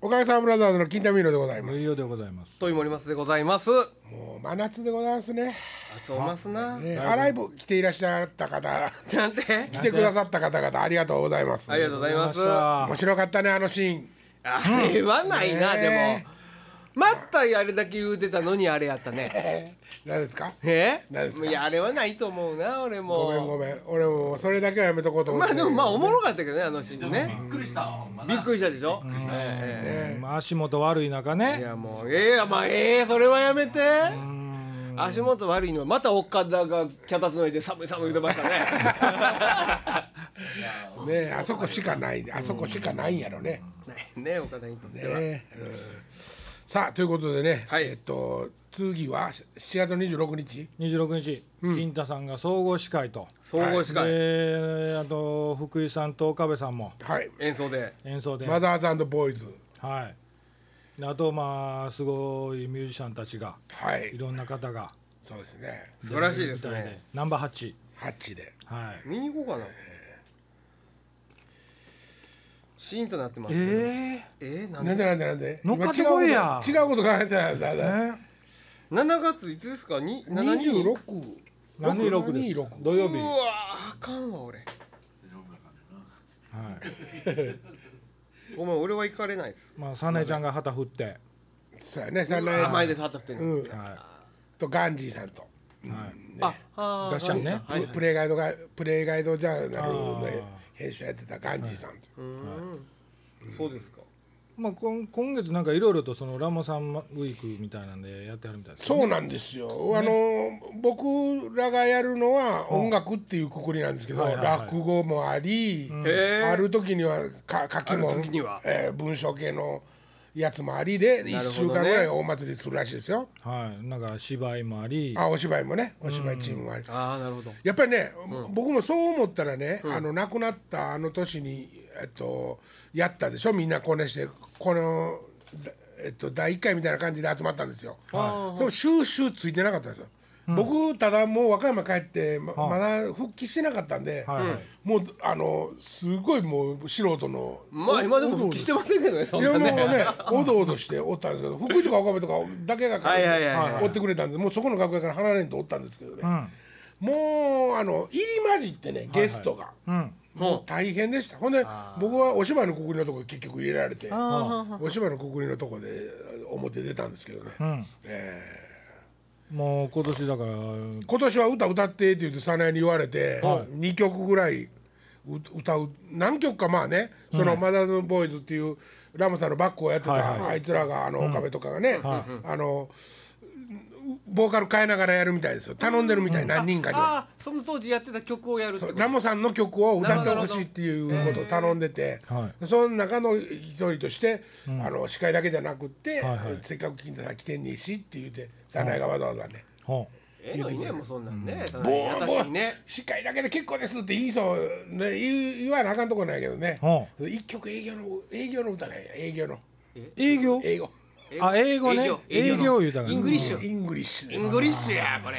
おかげさんブラザーズの金田美濃でございます無料でございますといもりますでございます。もう真夏でございますね熱おますな。ねアライブ来ていらっしゃった方なんて。来てくださった方々ありがとうございますありがとうございます。さ面白かったねあのシーンあれはないな、ねでも。まったりあれだけ言うてたのにあれやったね。何ですかえ何ですかいや、あれはないと思うな、俺も。ごめんごめん俺もそれだけはやめとこうと思っまてあでもまあおもろかったけどねあのシーンねびっくりしたほんまびっなくりしたでしょ、えあまあ足元悪い中えいねやもうええやまあええそれはやめて足元悪いのはまた岡田が脚立の上で寒い寒い言うてましたね ねあそこしかないあそこしかないんやろねね岡田にとっては、ねうんさあということでねはいえっと次は7月26日26日、金太さんが総合司会と総合司会、であと福井さんと岡部さんもはい演奏で演奏で、マザーズボーイズはいであとまあすごいミュージシャンたちがはいいろんな方がそうですね素晴らしいです出てるみたいねナンバー8ハッチではい見に行こうかなシーンとなってますけどえええー、なんなんででなんでなんで乗っかってこいや今違うこと違うこと考えてたんだだー、ね7月いつですかに7二十人うわ六何六です6土曜日ーあかんわ俺はいごめん俺は行かれないですまあサネちゃんが旗振ってはいそうやねう三わー前来で立ったってんの、うんとガンジーさんとはいああーガッシャンねはいはいププレイガイドがプレイガイドジャーナルのあー編集やってたガンジーさんとそうですか。まあ今今月なんかいろいろとそのラモさんウィークみたいなんでやってはるみたいですそうなんですよ、あの僕らがやるのは音楽っていうくくりなんですけど、はいはいはい落語もあり、へーある時にはか書きもある時にはえー文章系のやつもありで、な1る週ほどね間ぐらいお祭りするらしいですよはいなんか芝居もありあお芝居もねお芝居チームもあり、ああ、なるほど。やっぱりね、僕もそう思ったらね、あの亡くなったあの年に、えっと、やったでしょみんなこねしてこの、だえっと、第1回みたいな感じで集まったんですよ。でも収集ついてなかったんですよ。僕ただもう和歌山帰ってま,、まだ復帰してなかったんで、はいもうあのすごいもう素人のまあ、今でも復帰してませんけどね、そいんやなもうね。ねおどおどしておったんです けど福井とか岡部とかだけがはいはいはいはい追ってくれたんでもうそこの楽屋から離れんとおったんですけどね、もうあの入り混じってねゲストが、うんもう大変でしたほんで僕はお芝居のくくりのとこ結局入れられてお芝居のくくりのとこで表出たんですけどね、うんえもう今年だからー今年は歌歌ってって言って早苗に言われて、二2曲ぐらいう歌う何曲かまあねその、マダムボーイズっていうラムさんのバックをやってた、はいはあいつらがあの、岡部とかがね、あのボーカル変えながらやるみたいですよ頼んでるみたい、何人かには。ああ、その当時やってた曲をやるってそこうと。ラモさんの曲を歌ってなるほほしどいっていうことを頼んでて、はその中の一人として、あの司会だけじゃなくって、はいはいせっかく金田さん来てんねえしって言って早苗がわざわざねほええのにね、もうそんなんね。 「そんなもうも優しいうね。司会だけで結構です」って言いそう、ね、言う言わなあかんとこなんやけどねほ一曲営業の営業の歌なんや営業のう営業英語あ英語ね営業言うたからイングリッシュ。イングリッシュでイすングリッシュや、これ。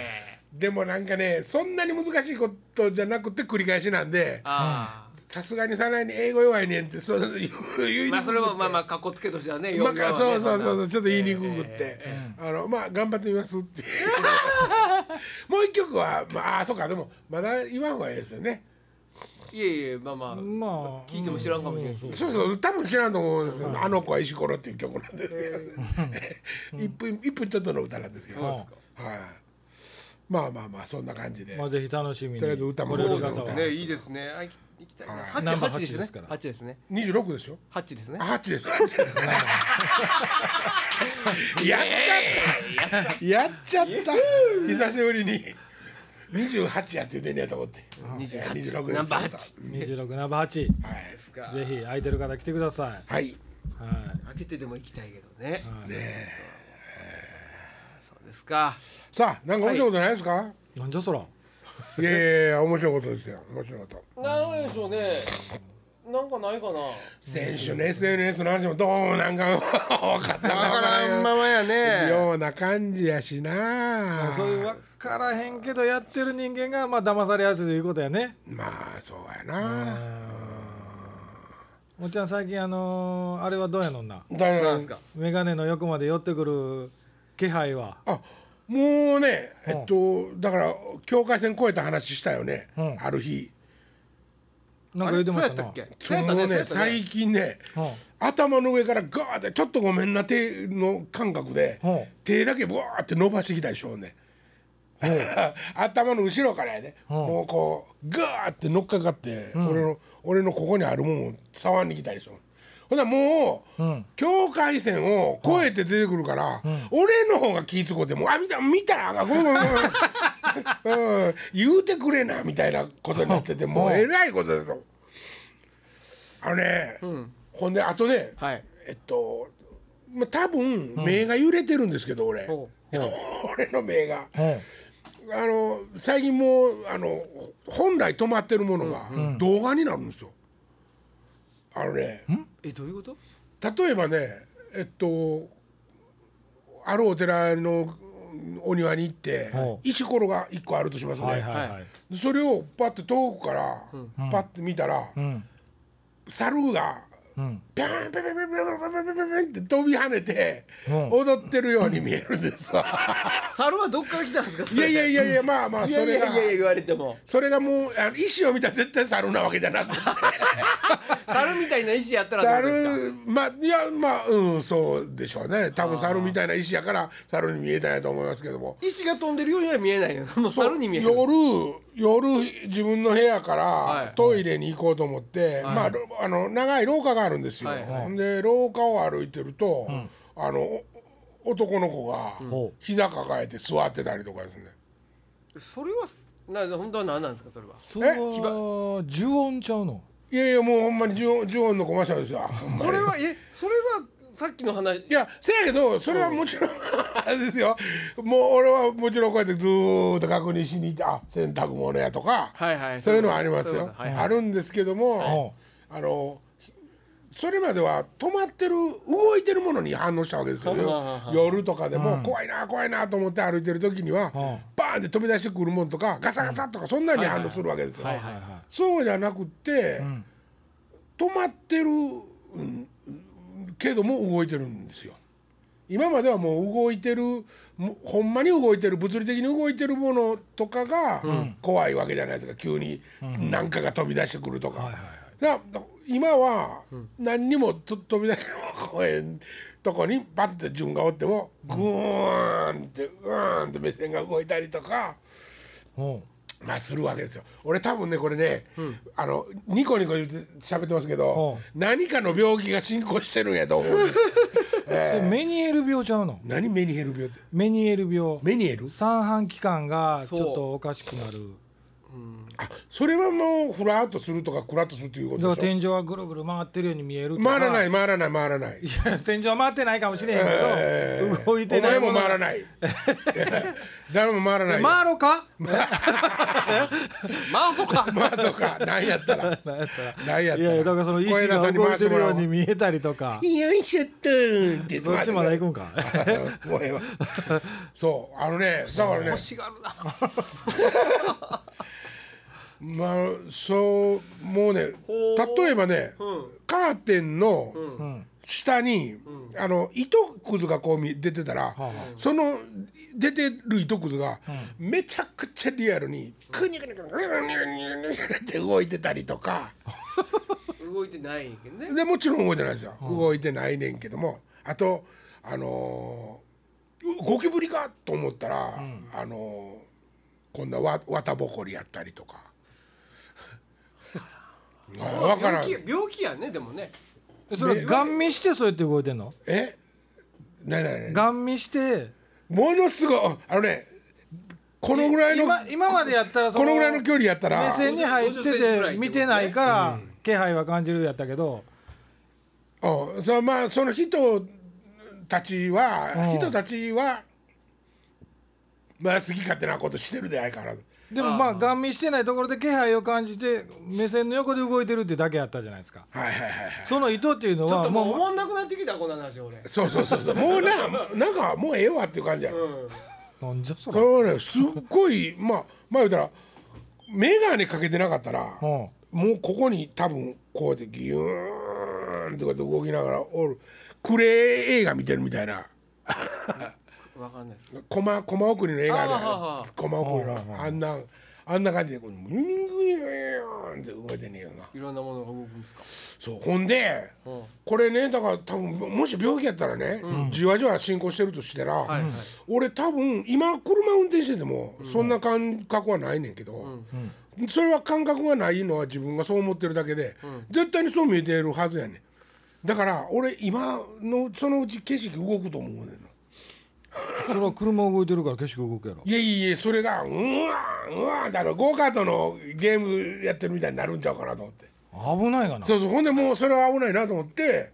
でもなんかねそんなに難しいことじゃなくて繰り返しなんであさすがにさらに英語弱いねんってそう言う言あ。いまあ、それはも、まあまあ、かっこつけとしてはね、まよあ、くやわねそうそうそんうなそうちょっと言いにくくって、あのまあ頑張ってみますって もう一曲はまああそうかでもまだ言わん方がいいですよねいえいえ、まあまあ。うまあ聞いても知らんかもしれないし。そうそう多分知らんと思うんですよ、あの子は石ころっていう曲なんですけど、 一分一分ちょっとの歌なんですけど、うんはい、まあまあまあそんな感じで、まあぜひ楽しみにとりあえず歌もこれもをち方ろんはね、いいですね。あ、行き行きたいな。ナ八ンバー八八でですすかねら。八ですね。二十六でしょ八ですねあ。八です やっちゃったやっちゃった久しぶりに28やって言うてんねやと思って二十26です八。ナンバー八。 26ナンバー8はいぜひ空いてる方来てくださいはいは開けてでも行きたいけどね。い、ねはえそうですか。さあなんか面白いことないですか、い、なんじゃそらい、やいやいや面白いことですよ面白いことなんでしょうね。なんかないかな。先週の SNS の話もどうなんか分かったか分わからんまやね。ような感じやしなそういう分からへんけどやってる人間がまあ騙されやすいということやねまあそうやなおっちゃん最近あのーあれはどうやのんなだなんですか眼鏡の横まで寄ってくる気配はあもうねえっとだから境界線越えた話したよね、うんある日なんか言ってましあたれそなうやったっけそうやもったうねそうやねったね最近ね、うん頭の上からガーってちょっとごめんな手の感覚で、うん手だけブワーって伸ばしてきたでしょうね、 頭の後ろからやね、うんもうこうガーって乗っかかって、俺の俺のここにあるもんを触りに来たでしょほんならもう、うん境界線を越えて出てくるから、俺の方が気ぃつこうてもうあ見た見たらあごめんごめんごめんうん言うてくれなみたいなことになっててもうえらいことだとあのね、ほんであとね、はいえっと、まあ、多分目が揺れてるんですけど俺、ほ俺の目が。うんあの最近もうあのほ本来止まってるものが動画になるんですよ。あのねえどういうこと例えばねえっとあるお寺のうんお庭に行ってほう石ころが一個あるとしますね、はいはいははいそれをパッと遠くからパッと見たら、うん猿がうんピャーンピャンピャンピャンピャンピャンピャンピャンって飛び跳ねてうん踊ってるように見えるんですわ猿はどっから来たんですかそいやれいやいやいやまあまあいそやいやれいが。やいや言われてもそれがもうあの石を見たら絶対猿なわけじゃなくて猿みたいな意思やったらどうですか猿まあいやまあうんそうでしょうね多分猿みたいな石やから猿に見えたんやと思いますけども石が飛んでるようには見えないよ もう猿に見える夜夜自分の部屋かはらいトイレに行こうと思って、まあろあの長い廊下があるんですよ、はいはほんで廊下を歩いてると、あのお男の子がほう膝抱えて座ってたりとかですね、それはな本当は何なんですかそれはそれは十音ちゃうのいやいやもうほんまにジュジュオンのコマーシャルですよほんまにそれはえそれはさっきの話いやせやけどそれはもちろん あれですよもう俺はもちろんこうやってずーっと確認しに行ってあ洗濯物やとか、はいはいそういうのはありますそういうよことはいはいあるんですけども、あのそれまでは止まってる動いてるものに反応したわけですよ、はいはいはい夜とかでも怖いな怖いなと思って歩いてる時には、うんバーンって飛び出してくるもんとかガサガサとかそんなに反応するわけですよ、はいはいはいはそうじゃなくって、ん止まってる、うんけども動いてるんですよ。今まではもう動いてるもほんまに動いてる物理的に動いてるものとかが怖いわけじゃないですか、急に何かが飛び出してくるとか。いはいはいだから今は何にもと飛び出してこへんとこにパッと自分がおってもグーンってグーンって目線が動いたりとか。うんまあするわけですよ俺多分ねこれね、あのニコニコ言って喋ってますけど、何かの病気が進行してるんやと思 うんですえメニエール病ちゃうの何メニヘル病ってメニエール病メニエル三半規管がちそうょっとおかしくなるあそれはもうフラーっとするとかクラッとするというこだかとらでし天井はぐるぐる回ってるように見えるょ回らないい回らない回ら ないいや天井は回ってないかもしれへんけど、えー動いてないお前も回らいない 誰も回らないよ回ろうかまあそうかまあそうか何やった ら何やったらいやいやだからその意思が動いてるように見えたりとかによいしょっとーってそっちまで行くんかもうええわそうあのねだからね腰があるなまあそうもうねほう例えばね、カーテンのん下に、あの糸くずがこう見出てたら、その出てる糸くずが、めちゃくちゃリアルにくにゃくにゃくにゃくにゃくにゃくにゃって動いてたりとか動いてないけどねでもちろん動いてないですよ、動いてないねんけどもあとあのーうゴキブリかと思ったら、あのーこんなわ綿ぼこりやったりと か。わからん病気病気やねでもねえそれはガン見してそうやって動いてんのえなになになにガン見してものすごいあのねこのぐらいの今今までやったらそこのぐらいの距離やったら目線に入って50センチぐらいってことてね見てないから気配は感じるやったけどうんそのまあその人たちは、うん人たちはまあ好き勝手なことしてるで相変わらずでもまあガン見してないところで気配を感じて目線の横で動いてるってだけやったじゃないですかはいはいはいはいその糸っていうのちょっはともうも思んなくなってきたこの話俺そうそうそうそうもうななんかもうええわっていう感じや、うんうなんじゃそそれれはねすっごいまあまあ言うたら眼鏡かけてなかったら、うんもうここに多分こうやってギューンとかって動きながらおるクレー映画見てるみたいなわかんないです駒駒送りの映画あるやんあはは駒送りのあんなあんな感じでこうムニングニンって動いてんねんけどないろんなものが動くんですかそうほんでうんこれねだから多分もし病気やったらね、じわじわ進行してるとしたら、いはい俺多分今車運転しててもそんな感覚はないねんけど、それは感覚がないのは自分がそう思ってるだけで、絶対にそう見えてるはずやねんだから俺今のそのうち景色動くと思うねんなそれは車動いてるから景色動くやろいやいやそれがうわーうわーだからゴーカートのゲームやってるみたいになるんちゃうかなと思って。危ないがなそうそうほんでもうそれは危ないなと思って、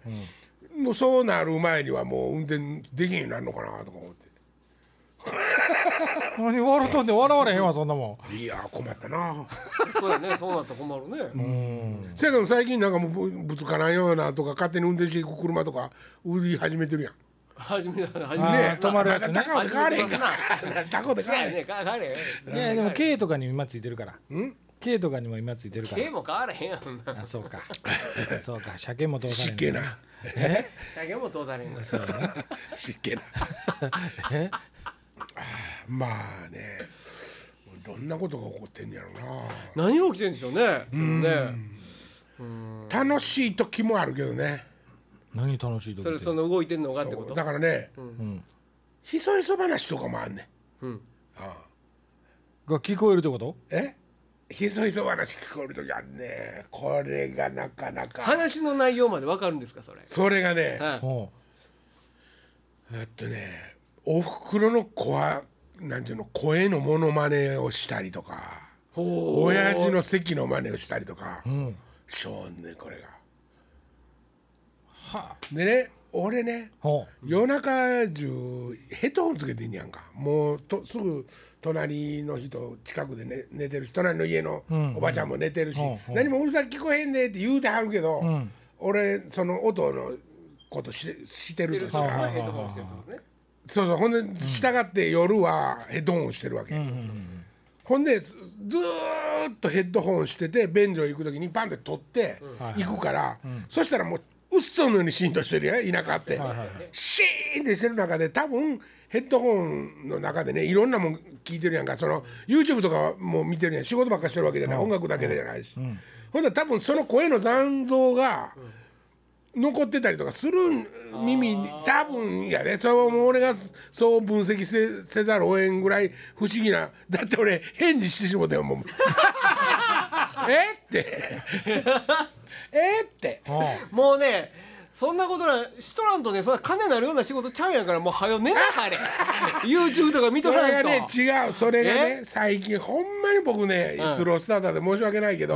もうそうなる前にはもう運転できんようになるのかなとか思って何笑うとんで笑われへんわそんなもいやー困ったなそうだねそうなったら困るねせやけど最近なんかもうぶぶつからんようなとか勝手に運転していく車とか売り始めてるやん初めだ初あめーだ止まるやつねまだ高尾で買われへんか高尾で買われへんねかかれんいやでも軽とかにも今ついてるから軽とかにも今ついてるから毛も変われへんやんそんなあそうかそうか車検も通さ湿れ気へんな毛も通されへんから湿気なえまあねどんなことが起こってんねやろ何が起きてんでしょうねねな楽しい時もあるけどね何楽しいとそこれってその動いてんのがってことだからね、んひそひそ話とかもあんねんうんが聞こえるってことえひそひそ話聞こえる時あるねこれがなかなか話の内容までわかるんですかそれそれがねはいおうえっとねおふくろの子はなんていうの声のモノマネをしたりとかほ親父の席の真似をしたりとかしょうねこれがはでね俺ねほう夜中中ヘッドホンつけてんねやんかもうとすぐ隣の人近くで寝寝てるし隣の家のおばちゃんも寝てるし、うんうん何もうるさく聞こえへんねって言うてはるけど、ん俺その音のことししてるとしたら、はヘッドホンしてるってことねそうそうほんで従って夜はヘッドホンしてるわけ、ほんでずずーっとヘッドホンしてて便所行く時にバンって取って行くから、そしたらもううっそのように浸透してるやん田舎って、シーンってしてる中で多分ヘッドホンの中でねいろんなもん聞いてるやんかその YouTube とかも見てるやん仕事ばっかしてるわけじゃない、音楽だけじゃないし、ほんで多分その声の残像が、残ってたりとかする耳に多分やねそれはもう俺がそう分析せせざるをえんぐらい不思議なだって俺返事してしもた よもうえってえっておうもうねそんなことなしとらんとねそんな金なるような仕事ちゃうんやからもう早よ寝な はれ YouTube とか見そとれらがんとね違うそれがねえ最近ほんまに僕ねスロースターターで申し訳ないけど、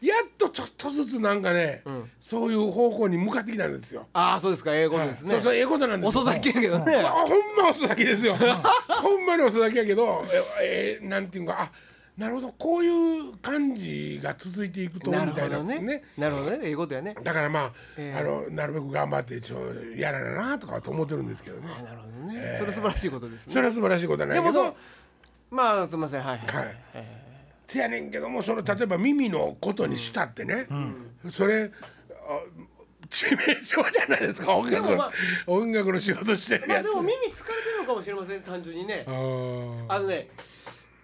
やっとちょっとずつなんかね、そういう方向に向かってきたんですよ。ああそうですか英語ですそうねそうええことなんですよ遅咲きやけどあねほんま遅咲きですよ ほんまに遅咲きやけどえ、えなんていうかあなるほどこういう感じが続いていくとみなるたほいなどねなるほどねええことやねだからまあ,、ええあのなるべく頑張って一応やらななとかと思ってるんですけどねあなるほどねそれ素晴らしいことですそねれは素晴らしいことはないでけもどそうまあすみませんはいはいはいせやねんけどもその例えば耳のことにしたってね、それあ致命傷じゃないですか音楽での、もまあ音楽の仕事してるまあやつで、も耳疲れてるのかもしれません単純にねあーあのね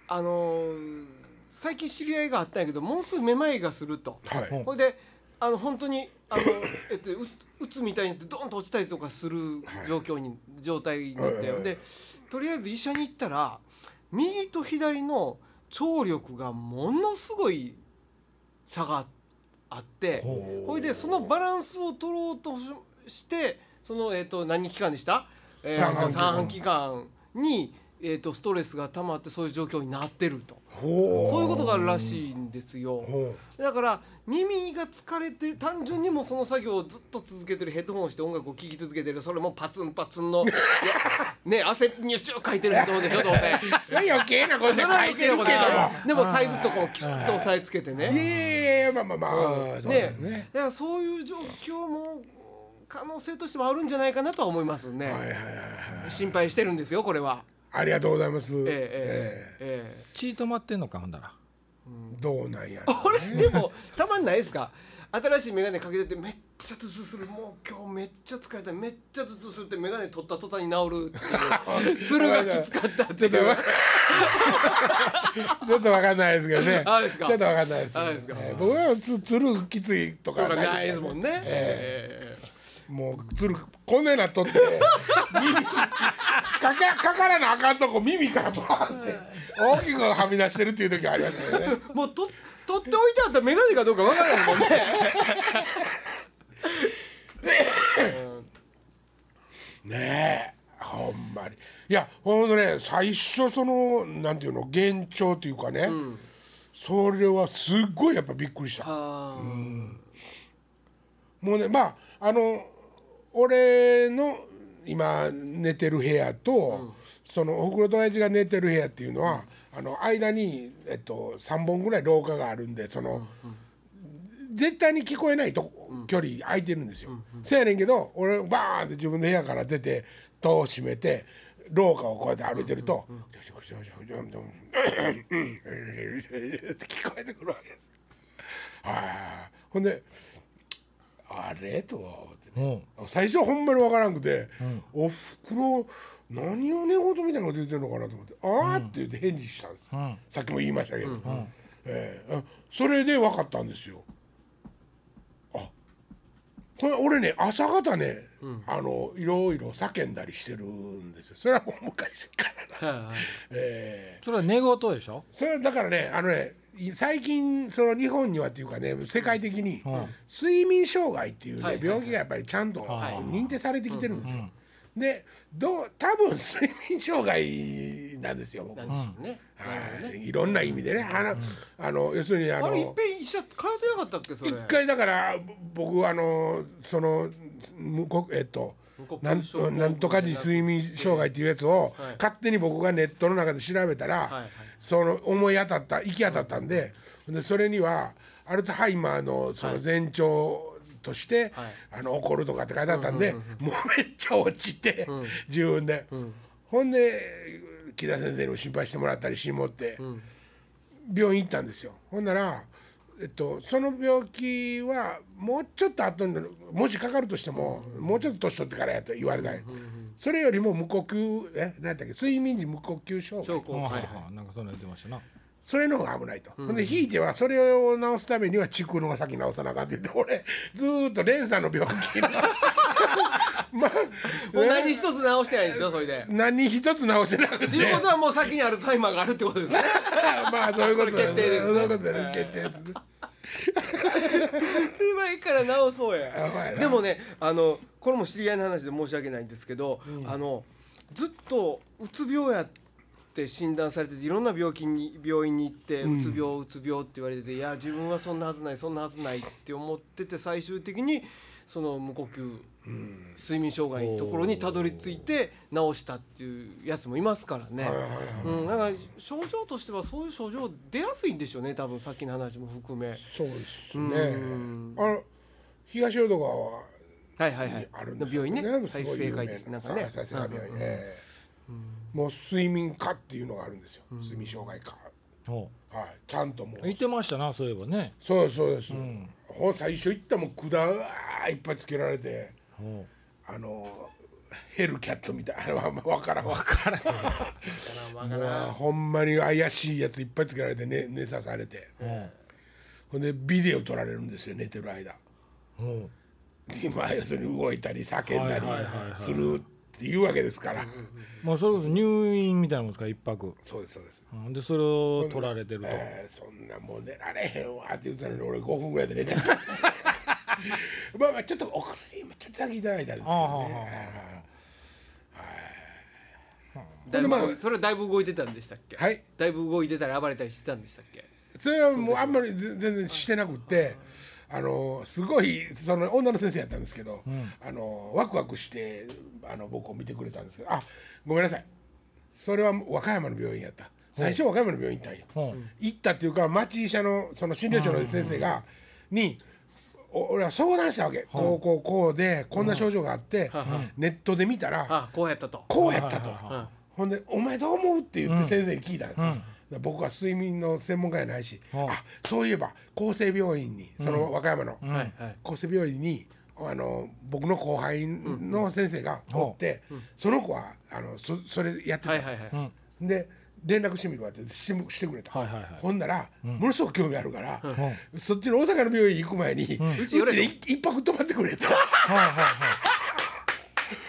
あのー最近知り合いがあったんやけどもうすぐめまいがするとはい、ほいであの本当にあの えっとううつみたいになってドンと落ちたりとかする状況に、状態になって、はいはいはいでとりあえず医者に行ったら右と左の聴力がものすごい差があってほうほいでそのバランスを取ろうとししてその、えっと何期間でした、えー三半期間三半期間に、えっとストレスが溜まってそういう状況になってるとほうそういうことがあるらしいんですよ。ほうだから耳が疲れて単純にもうその作業をずっと続けてるヘッドホンして音楽を聴き続けてるそれもパツンパツ ンのいやね汗にゅちゅかいてるヘッドホンでしょど うせ余計なことそでれ書はいて余計なることけどだでもサイズとかをキュッと押さえつけても。いやねいやいやまあまあまあ。そうだよねね。だからそういう状況も可能性としてはあるんじゃないかなとは思いますね、はいはいはいはい。心配してるんですよこれはありがとうございます。ええええええ血止まってんのかほんだらえどうなんやろ。これでもたまんないですか新しい眼鏡かけててめっちゃ頭痛するもう今日めっちゃ疲れためっちゃ頭痛するって眼鏡取った途端に治るっていうつるがきつ かったっていうちょっとわかんないですけどね。あですかちょっとわかんないです,、あですかえー僕はつつるきついととかかないですももんね、えもうつるこんなようなっとって 耳かかかからなあかんとこ耳からバーって大きくはみ出してるっていう時はありましたよね。えもうと取っておいてあった眼鏡かどうかわからないもんねねえほんまにいやほんとね最初そのなんていうの幻聴というかね、それはすっごいやっぱびっくりしたあーもうねまああの俺の今寝てる部屋と、そのおふくろと親父が寝てる部屋っていうのは、あの間に、えっと、3本ぐらい廊下があるんでその、絶対に聞こえないとこ距離空いてるんですよ。せやねんけど俺バーンって自分の部屋から出て戸を閉めて廊下をこうやって歩いてると「ジョジョジョジョジョジョジョジョって聞こえてくるわけです。はいほんであれとは思ってねうん最初ほんまに分からんくて「おふくろ何を寝言みたいなこと言ってるのかな」と思って「ああ」って言って返事したんです、んさっきも言いましたけど、ええあそれで分かったんですよ。あこれ俺ね朝方ね、あのいろいろ叫んだりしてるんですよそれはもう昔からな。はいはいええそれは寝言でしょそれはだからねあのねい最近その日本にはっていうかね世界的にん睡眠障害っていうね、はいはいはい病気がやっぱりちゃんとはい認定されてきてるんですよ。でどう多分睡眠障害なんですよ僕なんでしょうね。なるほどはねいいろんな意味でねあの、あの要するにああのれいっぺん医者通ってなかったっけそれ。一回だから僕あのその無国えっと無呼なん吸症なんとか時睡眠障害っていうやつをはい勝手に僕がネットの中で調べたら、はいその思い当たった行き当たったんで,、でそれにはアルツハイマーのその前兆として、はいあの起こるとかって書いてあったんで、もうめっちゃ落ちて、自分で、ほんで木田先生にも心配してもらったりしもって。病院行ったんですよほんなら、えっと、その病気はもうちょっと後にもしかかるとしても、もうちょっと年取ってからやと言われない、それよりも無呼吸え何だっけ睡眠時無呼吸症証候拠うんははいいはい。はいなんかそんな言ってましたなそれの方が危ないと、ほんでひいてはそれを治すためには蓄膿を先治さなあかんって言って俺ずーっと連鎖の病気の まあもう何一つ直してないんですよそれで。何一つ治してなくとていうことはもう先にアルツハイマーがあるってことですね。まあそういうことだねこれ決定ですねそういうことだね決定ですね手前から直そうやほんまやなでもねあのこれも知り合いの話で申し訳ないんですけど、あのずっとうつ病やって診断されてていろんな病気に病院に行って、うつ病うつ病って言われてていや自分はそんなはずないそんなはずないって思ってて最終的にその無呼吸、睡眠障害のところにたどり着いて治したっていうやつもいますからね、うん、だから症状としてはそういう症状出やすいんでしょうね多分さっきの話も含め。そうですねうん。あの東淀川ははいはいはい。あるんですよ病院ね。す再ごい生有名会です。なんかね。再生会病院うんええもう睡眠科っていうのがあるんですよ。睡眠障害科。ほはい、ちゃんともうう言。ってましたなそういえばねそうですそうです。ほん最初行ったらもうくだいっぱいつけられて、ほあのヘルキャットみたいなあんまわからんわからん。も うほんまに怪しいやついっぱいつけられてね寝さされて、うほほんでビデオ撮られるんですよ寝てる間。うほう今要するに動いたり叫んだりはいはいはいはいするっていうわけですから、まあそれこそ入院みたいなもんですから一泊そうですそうです、うんでそれを取られてるとえーそんなもう寝られへんわって言ってたのに俺5分ぐらいで 寝ちゃったまあまあちょっとお薬もちょっとだけいただいたんですけどねああはあはあはだいでぶまあそれはだいぶ動いてたんでしたっけ？はい。だいぶ動いてたら暴れたりしてたんでしたっけ？それはもうあんまり全全然してなくってあのすごいその女の先生やったんですけど、あのワクワクしてあの僕を見てくれたんですけどあごめんなさいそれは和歌山の病院やった最初和歌山の病院行ったんよ、ほ行ったっていうか町医者のその診療所の先生がにお俺は相談したわけ、こうこうこうでこんな症状があって、ネットで見たら、あ、こうやったと。こうやったと、はいはいはいほんで「お前どう思う?」って言って先生に聞いたんですよ、僕は睡眠の専門家やないし、うんあそういえば厚生病院にその和歌山の、はいはい厚生病院にあの僕の後輩の先生がおって、その子はあのそそれやってた、はいはいはいで連絡してみるわってしてしてくれた、はいはいはいほんなら、ものすごく興味あるから、そっちの大阪の病院行く前に、うち寄れで一一泊泊まってくれと。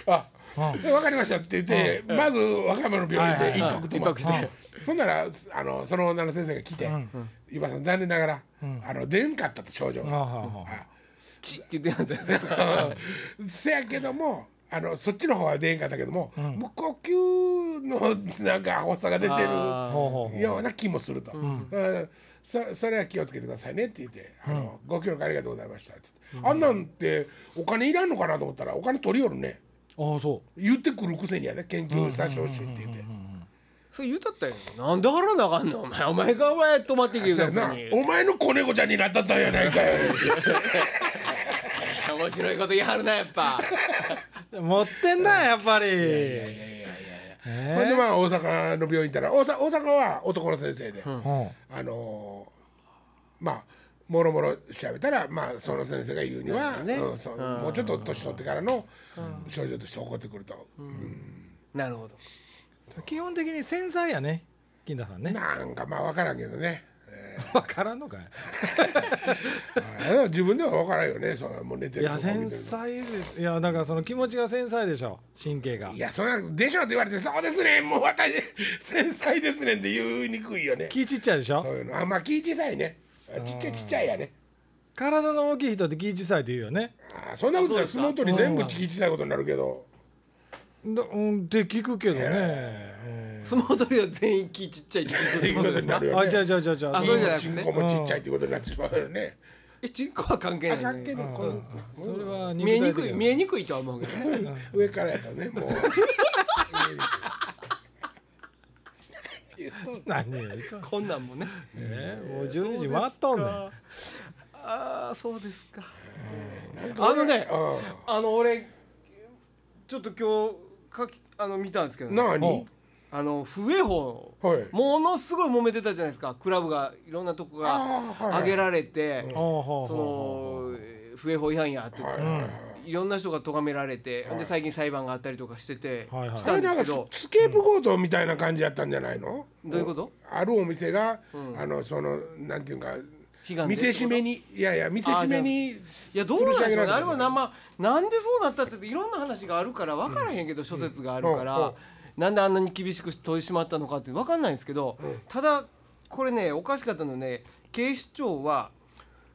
あうんで分かりましたって言って、まず和歌山の病院はいはでい一はい泊泊まって、一泊してほんならあのその女の先生が来てん「岩さん残念ながら、あの出んかった」と症状あはが。あはああチッって言ってなかっ たせやけどもあのそっちの方は出へんかったけども、もう呼吸のなんか発作 が出てあほうほうほうるような気もすると、うんそそれは気をつけてくださいねって言って「あのご協力ありがとうございました」って言って、あんなんってお金いらんのかなと思ったらお金取りよるねああそ言ってくるくせにやで研究させてほしいって言って。それ言うたったよなんで払わなあかんねんお前お前がお前泊まってきてくそだうやさないお前の子猫ちゃんになったったんやないかい 面白いこと言いはるなやっ ぱう持ってんなやっぱり ほんでえまあ大阪の病院行ったら大阪大阪は男の先生で、えうんあのーまあもろもろ調べたら、まあ、その先生が言うには、うんそうもうちょっと年取ってからの症状として起こってくると、なるほど基本的に繊細やね金田さんね なんかまあ分からんけどね、 え分からんのかいーあれは自分では分からんよねそのもう寝ているとやこ見てる繊と細ですいやだからその気持ちが繊細でしょ神経がいやそんなでしょって言われてそうですねもう私 繊細ですねって言いにくいよね気ちっちゃいでしょそういうのあまあ気小さいねあちっちゃいちっちゃいやね体の大きい人って気小さいって言うよねあーそんなことは相撲取り全部気小さいことになるけどだうんって聞くけどね、相撲取りは全員気ちっちゃいってってい いううここととですになかるよあ違うね違う違う違うあそうじゃなくチてねンコもちっちゃいってことになってしまうよねえちんこは関係あない関係ねないこのそれは見えにくい見えににくいとは思うけど ね上からやったらねもうくい何よいかんこんなんもねねもう12時回っとんねんああーそうですかああのねあの俺ちょっと今日かきあの見たんですけどねなあにあの笛法、はいものすごい揉めてたじゃないですかクラブがいろんなとこがあーはいはい挙げられてそほうほうほの笛法違反やって、はいいはいろんな人が咎められて、で最近裁判があったりとかしてて、はいはいしあたれんでなすんけかどススケープゴートみたいな感じやったんじゃないのどういうことあるお店があのそのなんていうか悲願見でせしめにいやいや見せしめにいやどうなんでしょ吊るし上うねげられたあれはな,、まあ、なんでそうなったってっていろんな話があるから分からへんけど、諸説があるから、うんうんなんであんなに厳しく取り締まったのかって分かんないんですけど、ただこれねおかしかったのね警視庁は、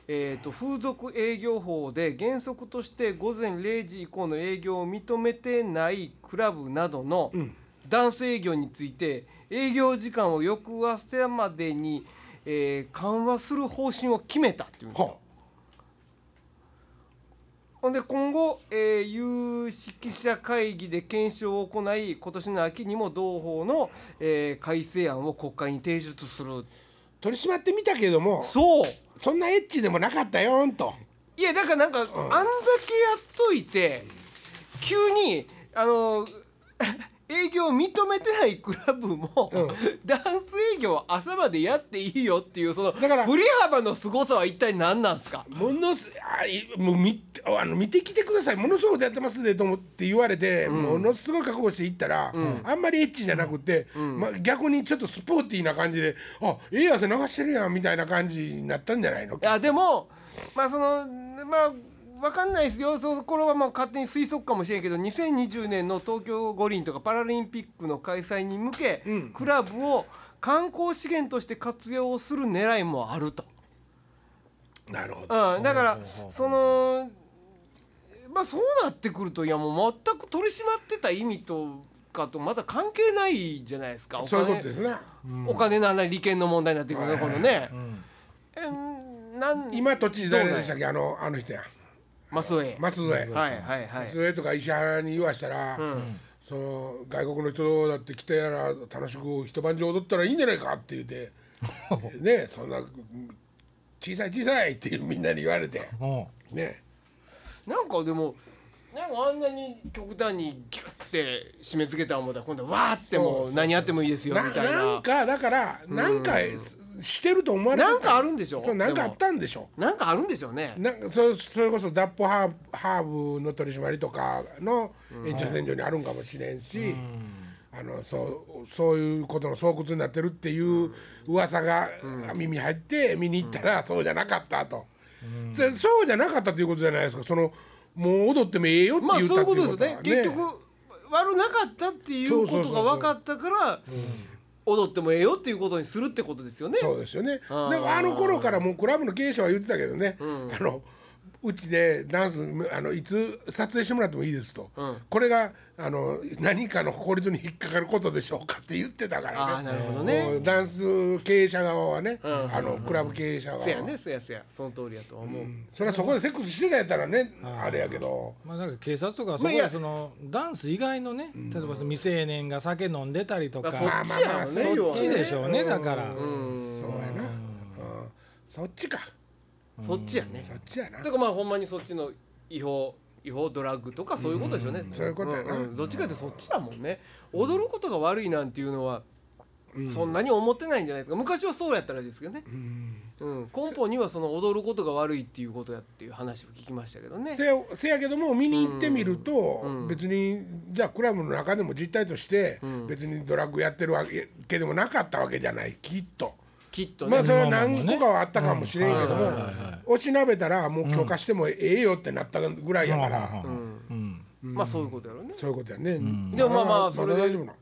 えー、と風俗営業法で原則として午前0時以降の営業を認めてないクラブなどのダンス営業について営業時間を翌朝までに、えー緩和する方針を決めたっていうんですよ。はほんで今後、えー有識者会議で検証を行い今年の秋にも同法の、えー改正案を国会に提出する取り締まってみたけどもそうそんなエッチでもなかったよんといやだからなんか、あんだけやっといて急にあの 営業を認めてないクラブも、うんダンス営業を朝までやっていいよっていうそのだから振り幅の凄さは一体何なんですかものすあいもう見てあの見てきてくださいものすごいことやってますねと思って言われて、ものすごい覚悟して行ったら、あんまりエッチじゃなくて、ま、逆にちょっとスポーティーな感じであええ汗流してるやんみたいな感じになったんじゃないのいやでもまあそのまあわかんないですよその頃はもう勝手に推測かもしれんけど2020年の東京五輪とかパラリンピックの開催に向け、クラブを観光資源として活用する狙いもあると、なるほどうん、だからそのまあそうなってくるといやもう全く取り締まってた意味とかとまた関係ないじゃないですかお金そういうことですねお金の話利権の問題になってくるね今度ね。えなん今都知事誰でしたっけあのあの人やマスオエ松添、はいはいはい。松添とか石原に言わしたら、その外国の人だって来たやら楽しく一晩中踊ったらいいんじゃないかって言って ねそんな小さい小さいってみんなに言われてうねなんかでもなんかあんなに極端にギュッて締め付けた思ったら今度はわーってもう何やってもいいですよなみたいななんかだからなんかしてると思われてたなんかあるんでしょそうなんかあったんでしょなんかあるんでしょうねなんかそそれこそ脱法ハーブハーブの取り締まりとかの延長線上にあるんかもしれんし、あのそうそういうことの巣窟になってるっていう噂が耳入って見に行ったらそうじゃなかったと、そそうじゃなかったということじゃないですかそのもう踊ってもええよってまあ言っそういたうってこいうとことですよね結局悪なかったっていうことが分かったから踊ってもええよっていうことにするってことですよねそうですよね。 あーなんかあの頃からもうクラブの経営者は言ってたけどね、あのうちでダンスあのいつ撮影してもらってもいいですと、これがあの何かの法律に引っかかることでしょうかって言ってたからね。あーなるほどねもうダンス経営者側はね、あのクラブ経営者側はせやねせやせやその通りやとは思う、それはそこでセックスしてたやったらね、あれやけど。まあ、なんか警察とかそこいやでそのダンス以外のね例えばその未成年が酒飲んでたりとかまあそまあまあまあそっちやもそんね要はっちでしょうねんだからうんそうやな。うんそっちか。そっちやねそっちやなだか。らまあほんまにそっちの違法違法ドラッグとかそういうことでしょうね、そういうことやなんんどっちかってそっちだもんね踊ることが悪いなんていうのはそんなに思ってないんじゃないですか昔はそうやったらですけどね、うん、根本にはその踊ることが悪いっていうことやっていう話を聞きましたけどねせせやけども見に行ってみると、別にじゃあクラブの中でも実態として別にドラッグやってるわけでもなかったわけじゃないきっと。きっとね、まあそれは何個かはあったかもしれんけどもおしなべたらもう許可してもええよってなったぐらいやからうんまあそういうことやろうねそういうことやね。でもまあまあそれでまだ大丈夫なの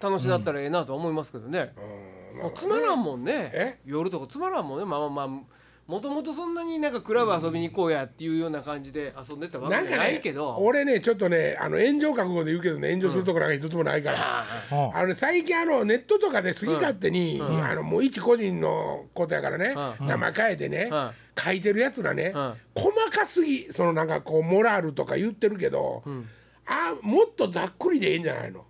楽しだったらええなとは思いますけどね、もうつまらんもんねえ夜とかつまらんもんねまあまあまあもともとそんなになんかクラブ遊びに行こうやっていうような感じで遊んでたわなけんじかゃなねいけど、俺ねちょっとねあの炎上覚悟で言うけどね炎上するところなんか一つもないから、はああのね最近あのネットとかで好き勝手に、あのもう一個人のことやからね、名前変えてね、うん書いてるやつらね、うん細かすぎそのなんかこうモラルとか言ってるけど、あもっとざっくりでいいんじゃないの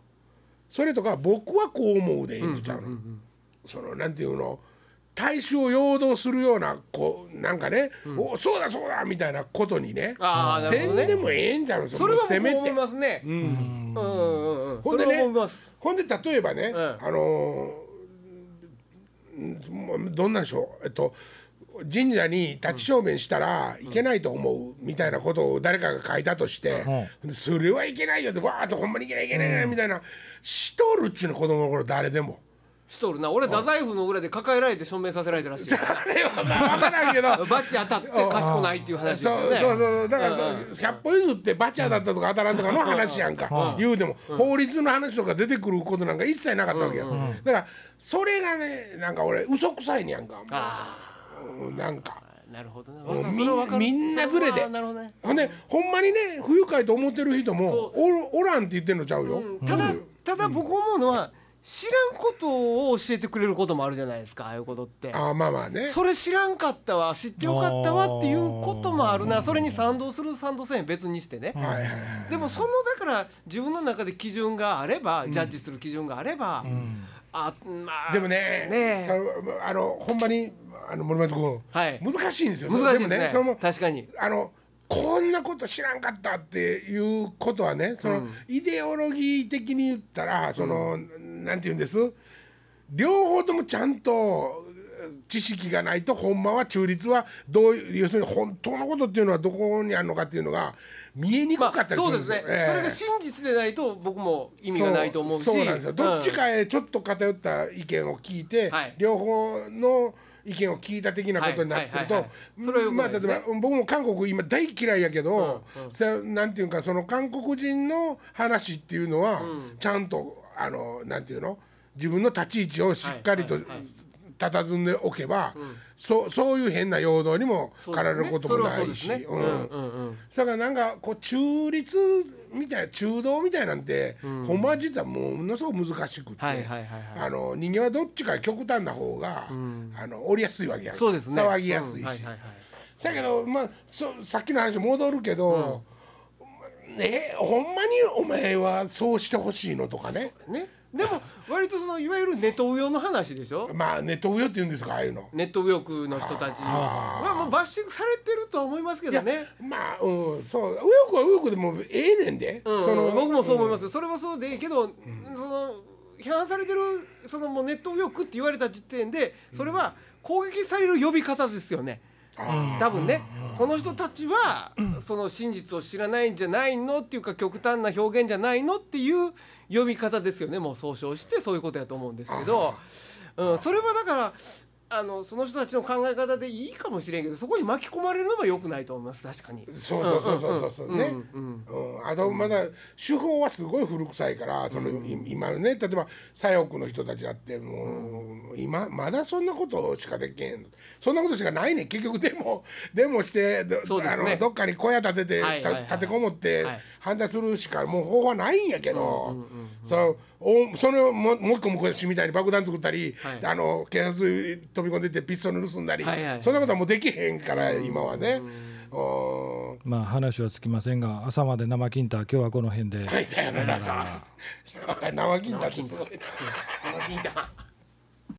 それとか僕はこう思うでいいんちゃうの、そのなんていうの大衆を陽動するようなこうなんかね、おそうだそうだみたいなことにねあーなるほせどんねでもええんじゃうんそれはせ僕めも思いてますね。うんうんうんうん。ほそんでれねは思います。ほんで例えばね、ええあのーうんもうどんなんでしょうえっと神社に立ち正面したらいけないと思うみたいなことを誰かが書いたとして、でそれはいけないよってわーっとほんまにいけないいけないいけないみたいな、しとるっちゅうの子供の頃誰でも。しとるな。俺太宰府の裏で抱えられて証明させられた らしい。あれはまあ分からんけど バチ当たって賢ないっていう話ですそようそうね。そうそうだから百歩譲ってバチャだったとか当たらんとかの話やんか言うでも法律の話とか出てくることなんか一切なかったわけやだからそれがねなんか俺嘘くさいねやんかあうんなんかあ、なるほどね。んわかるそれはわかるみんみんなずれてそはなるほどね。ほんでほんまにね不愉快と思ってる人もそおるおらんって言ってんのちゃうよただただ僕思うのは知らんことを教えてくれることもあるじゃないですか。ああいうことって。ああまあまあねそれ知らんかったわ知ってよかったわっていうこともあるなそれに賛同する賛同せん別にしてね、はいはいはいでもそのだから自分の中で基準があれば、ジャッジする基準があれば、あまあでもねねえそれあのほんまにあの森本はい君難しいんですよ難しいですねもそれも確かにあのこんなこと知らんかったっていうことはねその、イデオロギー的に言ったらその、なんて言うんです両方ともちゃんと知識がないとほんまは中立はどういう要するに本当のことっていうのはどこにあるのかっていうのが見えにくまかあったりすそうるんでですすよね、ええそれが真実でないと僕も意味がないと思うしそうそうなんですよどっちうんかへちょっと偏った意見を聞いて、はい両方の意見を聞いた的なことになってると、はいはいはいはいそれはよくまなあい例でえすねば僕も韓国今大嫌いやけど、それなんていうかその韓国人の話っていうのは、ちゃんとあのなんていうの自分の立ち位置をしっかりと、はいはいはい佇んでおけば、そうそういう変な陽動にも駆られることもなそういですしねそれはそうですねうんだからなんかこう中立みたいな中道みたいなんて、ほんまは実はものすごく難しくって、はいはいはいはいあの人間はどっちか極端な方が、あの折りやすいわけやんかそうですね騒ぎやすいし、うんはいはいはいだけど、まあ、そさっきの話戻るけど、ねほんまにお前はそうしてほしいのとかねねでも割とそのいわゆるネトウヨの話でしょまあネットウヨって言うんですかああいうのネット右翼の人たちあーまあもうバッシングされてるとは思いますけどねまあうんそう右翼は右翼でもええねんで、うんその僕もそう思います、それはそうでいいけど、その批判されてるそのもうネット右翼って言われた時点でそれは攻撃される呼び方ですよね、あ多分ねこの人たちはその真実を知らないんじゃないのっていうか極端な表現じゃないのっていう読み方ですよねもう総称してそういうことやと思うんですけど、うん、それはだからあのその人たちの考え方でいいかもしれんけどそこに巻き込まれるのは良くないと思います確かに。そうそうそうそうそうそうね、うんうんうん、あとまだ手法はすごい古臭いからその、い今ね例えば左翼の人たちだってもう、今まだそんなことしかできへんそんなことしかないねん結局でもでもしてど,、そうですねのどっかに小屋建てて、はいはいはいた立てこもってはい反対するしかもう法はないんやけど、そのおそれをももう一個昔みたいに爆弾作ったり、はいあの警察飛び込んでってピストル盗んだり、はいはいそんなことはもうできへんから、今はね。うんまあ話はつきませんが朝まで生金太今日はこの辺 で。はい、さよならさ。生金だってすごいな。あ聞いた